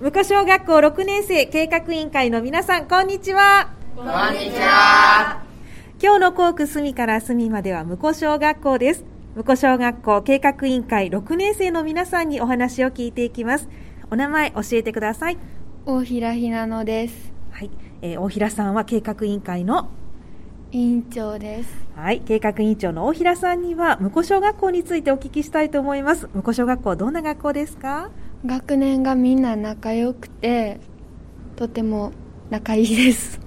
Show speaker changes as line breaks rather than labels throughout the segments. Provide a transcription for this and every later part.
武庫小学校6年生計画委員会の皆さん、こんにちは。
こんにちは。
今日の校区隅から隅までは武庫小学校です。武庫小学校計画委員会6年生の皆さんにお話を聞いていきます。お名前教えてください。
大平ひなのです。
はい、えー大平さんは計画委員会の
委員長です。
はい、計画委員長の大平さんには、武庫小学校についてお聞きしたいと思います。武庫小学校、どんな学校ですか
学年がみんな仲良くて、とても仲いいです。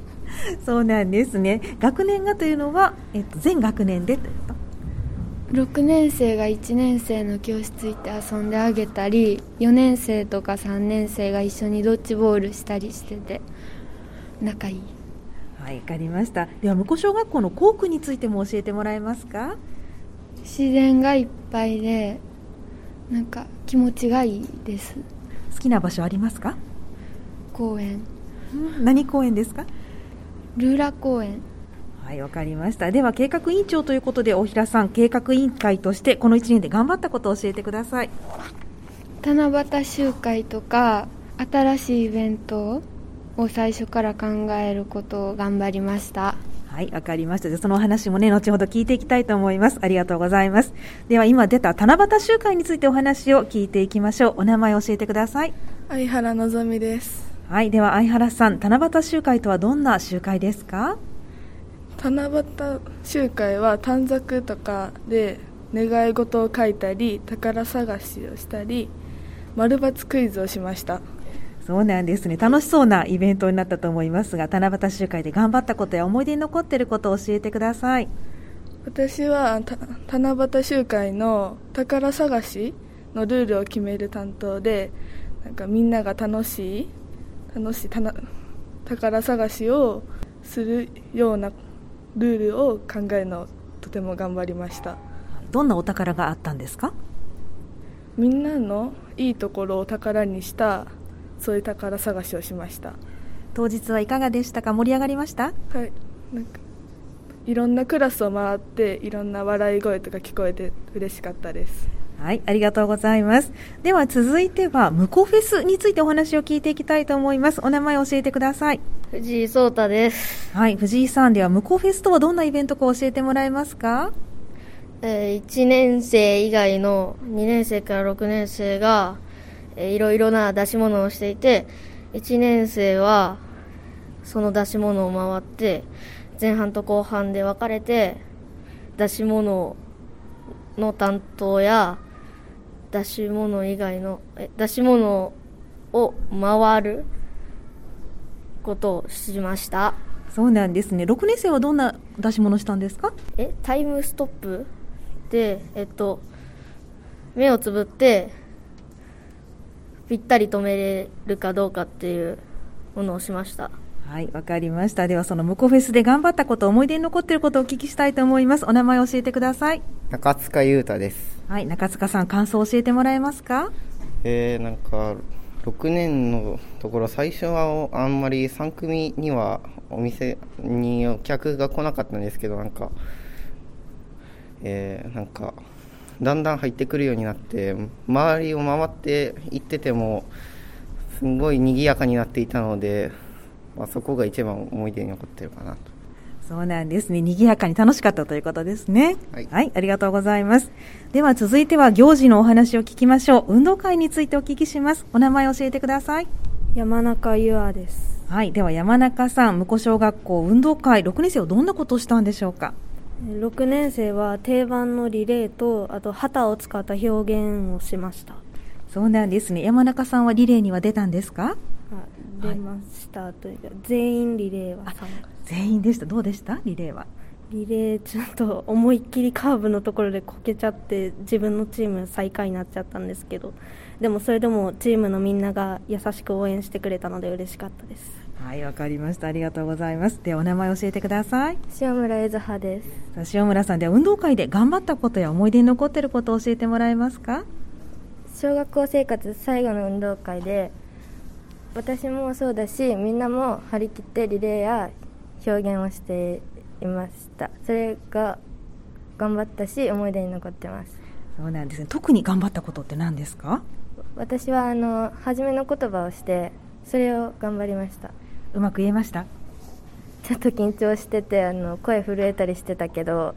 そうなんですね。学年がというのは、えっと、全学年でということ
6年生が1年生の教室行って遊んであげたり、4年生とか3年生が一緒にドッジボールしたりしてて、仲いい。
はい、わかりました。では、向こう小学校の校区についても教えてもらえますか。
自然がいっぱいで、なんか気持ちがいいです。
好きな場所ありますか。
公園。
何公園ですか。
ルーラ公園。
はい、わかりました。では、計画委員長ということで、大平さん、計画委員会として、この1年で頑張ったことを教えてください。
七夕集会とか新しいイベントを最初から考えることを頑張りました
はい、わかりました。じゃあそのお話もね、後ほど聞いていきたいと思います。ありがとうございます。では、今出た七夕集会についてお話を聞いていきましょう。お名前を教えてください。
相原のぞみです
はい、では、相原さん、七夕集会とはどんな集会ですか
七夕集会は短冊とかで願い事を書いたり宝探しをしたり丸抜クイズをしました
そうなんですね。楽しそうなイベントになったと思いますが、七夕集会で頑張ったことや思い出に残っていることを教えてください。
私はた七夕集会の宝探しのルールを決める担当でなんかみんなが楽しい楽しいたな宝探しをするようなルールを考えるのをとても頑張りました
どんなお宝があったんですか
みんなのいいところを宝にしたそういう宝探しをしました
当日はいかがでしたか盛り上がりました
はいなんかいろんなクラスを回っていろんな笑い声とか聞こえて嬉しかったです
はい、ありがとうございます。では続いては、ムコフェスについてお話を聞いていきたいと思います。お名前を教えてください。
藤井聡太です、
はい、藤井さんでは、ムコフェスとはどんなイベントか教えてもらえますか
え1年生以外の2年生から6年生が、えーいろいろな出し物をしていて1年生はその出し物を回って前半と後半で分かれて出し物の担当や出し物以外のえ出し物を回ることをしました
そうなんですね。6年生はどんな出し物したんですか
えタイムストップでえっと目をつぶってぴったり止めれるかどうかっていうものをしました
はい、わかりました。では、そのムコフェスで頑張ったこと、思い出に残っていることをお聞きしたいと思います。お名前を教えてください。
中塚裕太です、
はい、中塚さん、感想を教えてもらえますか
えー、なんか6年のところ最初はあんまり3組にはお店にお客が来なかったんですけどなんかえーなんかだんだん入ってくるようになって周りを回って行っててもすごい賑やかになっていたので、まあ、そこが一番思い出に残ってるかなと
そうなんですね。賑やかに楽しかったということですね。
はい
ありがとうございます。では、続いては行事のお話を聞きましょう。運動会についてお聞きします。お名前を教えてください。
山中優愛です
はい、では山中さん、向こう小学校運動会、6年生はどんなことをしたんでしょうか。
6年生は定番のリレーとあと旗を使った表現をしました
そうなんですね。山中さんはリレーには出たんですか出
ましたというか、全員リレーは
全員でした。どうでしたリレーは。
リレーちょっと思いっきりカーブのところでこけちゃって自分のチーム最下位になっちゃったんですけどでもそれでもチームのみんなが優しく応援してくれたので嬉しかったです
はい、わかりました。ありがとうございます。では、お名前教えてください。
塩村柚葉です
さあ塩村さん、では運動会で頑張ったことや思い出に残っていることを教えてもらえますか。
小学校生活最後の運動会で私もそうだしみんなも張り切ってリレーや表現をしていましたそれが頑張ったし思い出に残ってます
そうなんですね。特に頑張ったことって何ですか。
私はあの初めの言葉をしてそれを頑張りました
うまく言えました
ちょっと緊張しててあの声震えたりしてたけど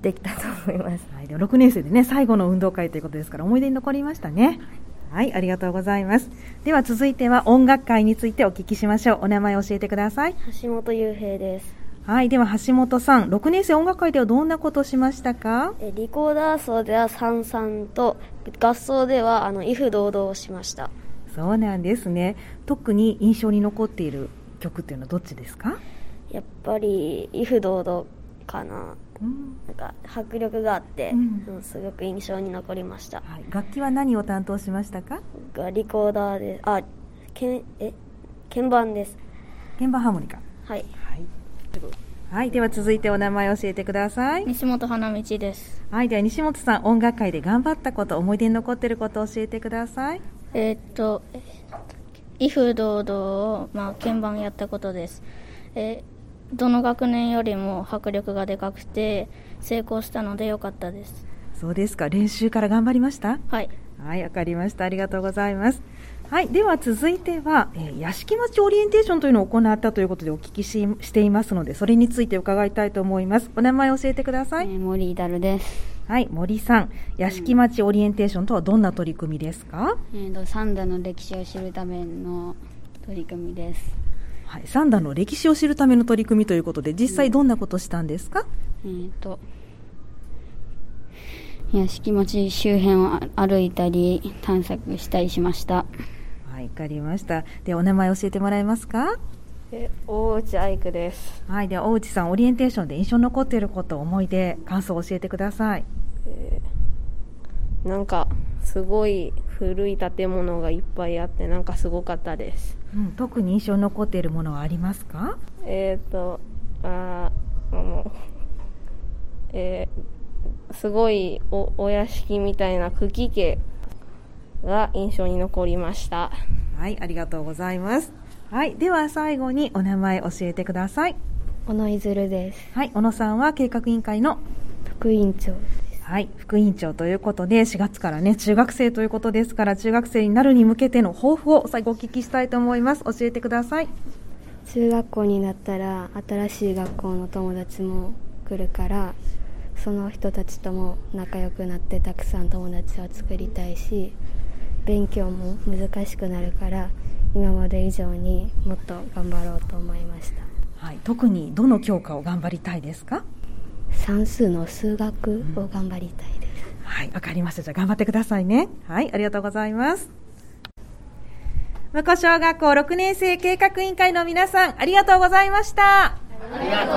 できたと思います
はい、でも6年生でね、最後の運動会ということですから、思い出に残りましたね。はい、ありがとうございます。では続いては音楽会についてお聞きしましょう。お名前教えてください。
橋本雄平です
はい、では橋本さん、6年生音楽会ではどんなことをしましたか
えリコーダー奏ではさんさんと合奏ではあの威風堂々をしました
そうなんですね。特に印象に残っている曲っていうのはどっちですか
やっぱり威風堂々かな
うん
なんか迫力があって、
うん
うんすごく印象に残りました
はい、楽器は何を担当しましたか
がリコーダーであけんえ鍵盤です
鍵盤ハーモニカ。
はい
はい。はい、では続いてお名前教えてください。
西本花道です、
はい、では西本さん、音楽会で頑張ったこと、思い出に残っていることを教えてください。
えーっとえ威風堂々を、まあ、鍵盤やったことですえーどの学年よりも迫力がでかくて成功したので良かったです
そうですか、練習から頑張りました
はい
はい、わかりました。ありがとうございます。はい、では続いては、えー、屋敷町オリエンテーションというのを行ったということでお聞きししていますので、それについて伺いたいと思います。お名前教えてください。
森イダルです、
はい、森さん、屋敷町オリエンテーションとはどんな取り組みですか、
えー、とサンダの歴史を知るための取り組みです、
はい、サンダの歴史を知るための取り組みということで、実際どんなことしたんですか、
えー、と屋敷町周辺を歩いたり探索したりしました
はい、わかりました。で、お名前教えてもらえますか
え大内愛久です、
はい、では、大内さん、オリエンテーションで印象に残っていること、思い出、感想を教えてください。
えーなんかすごい古い建物がいっぱいあってなんかすごかったです
うん、特に印象に残っているものはありますか
えっ、とあーあのえーすごいおお屋敷みたいな茎家が印象に残りました
はい、ありがとうございます。はい、では最後にお名前教えてください。
小野いずるです
はい、小野さんは計画委員会の
副委員長
はい、副委員長ということで、4月からね、中学生ということですから、中学生になるに向けての抱負を最後お聞きしたいと思います。教えてください。
中学校になったら新しい学校の友達も来るからその人たちとも仲良くなってたくさん友達を作りたいし勉強も難しくなるから今まで以上にもっと頑張ろうと思いました
はい、特にどの教科を頑張りたいですか
算数の数学を頑張りたいです、
はい、わかりました。じゃあ頑張ってくださいね。はい、ありがとうございます。向こう小学校6年生計画委員会の皆さん、ありがとうございました。
ありがとう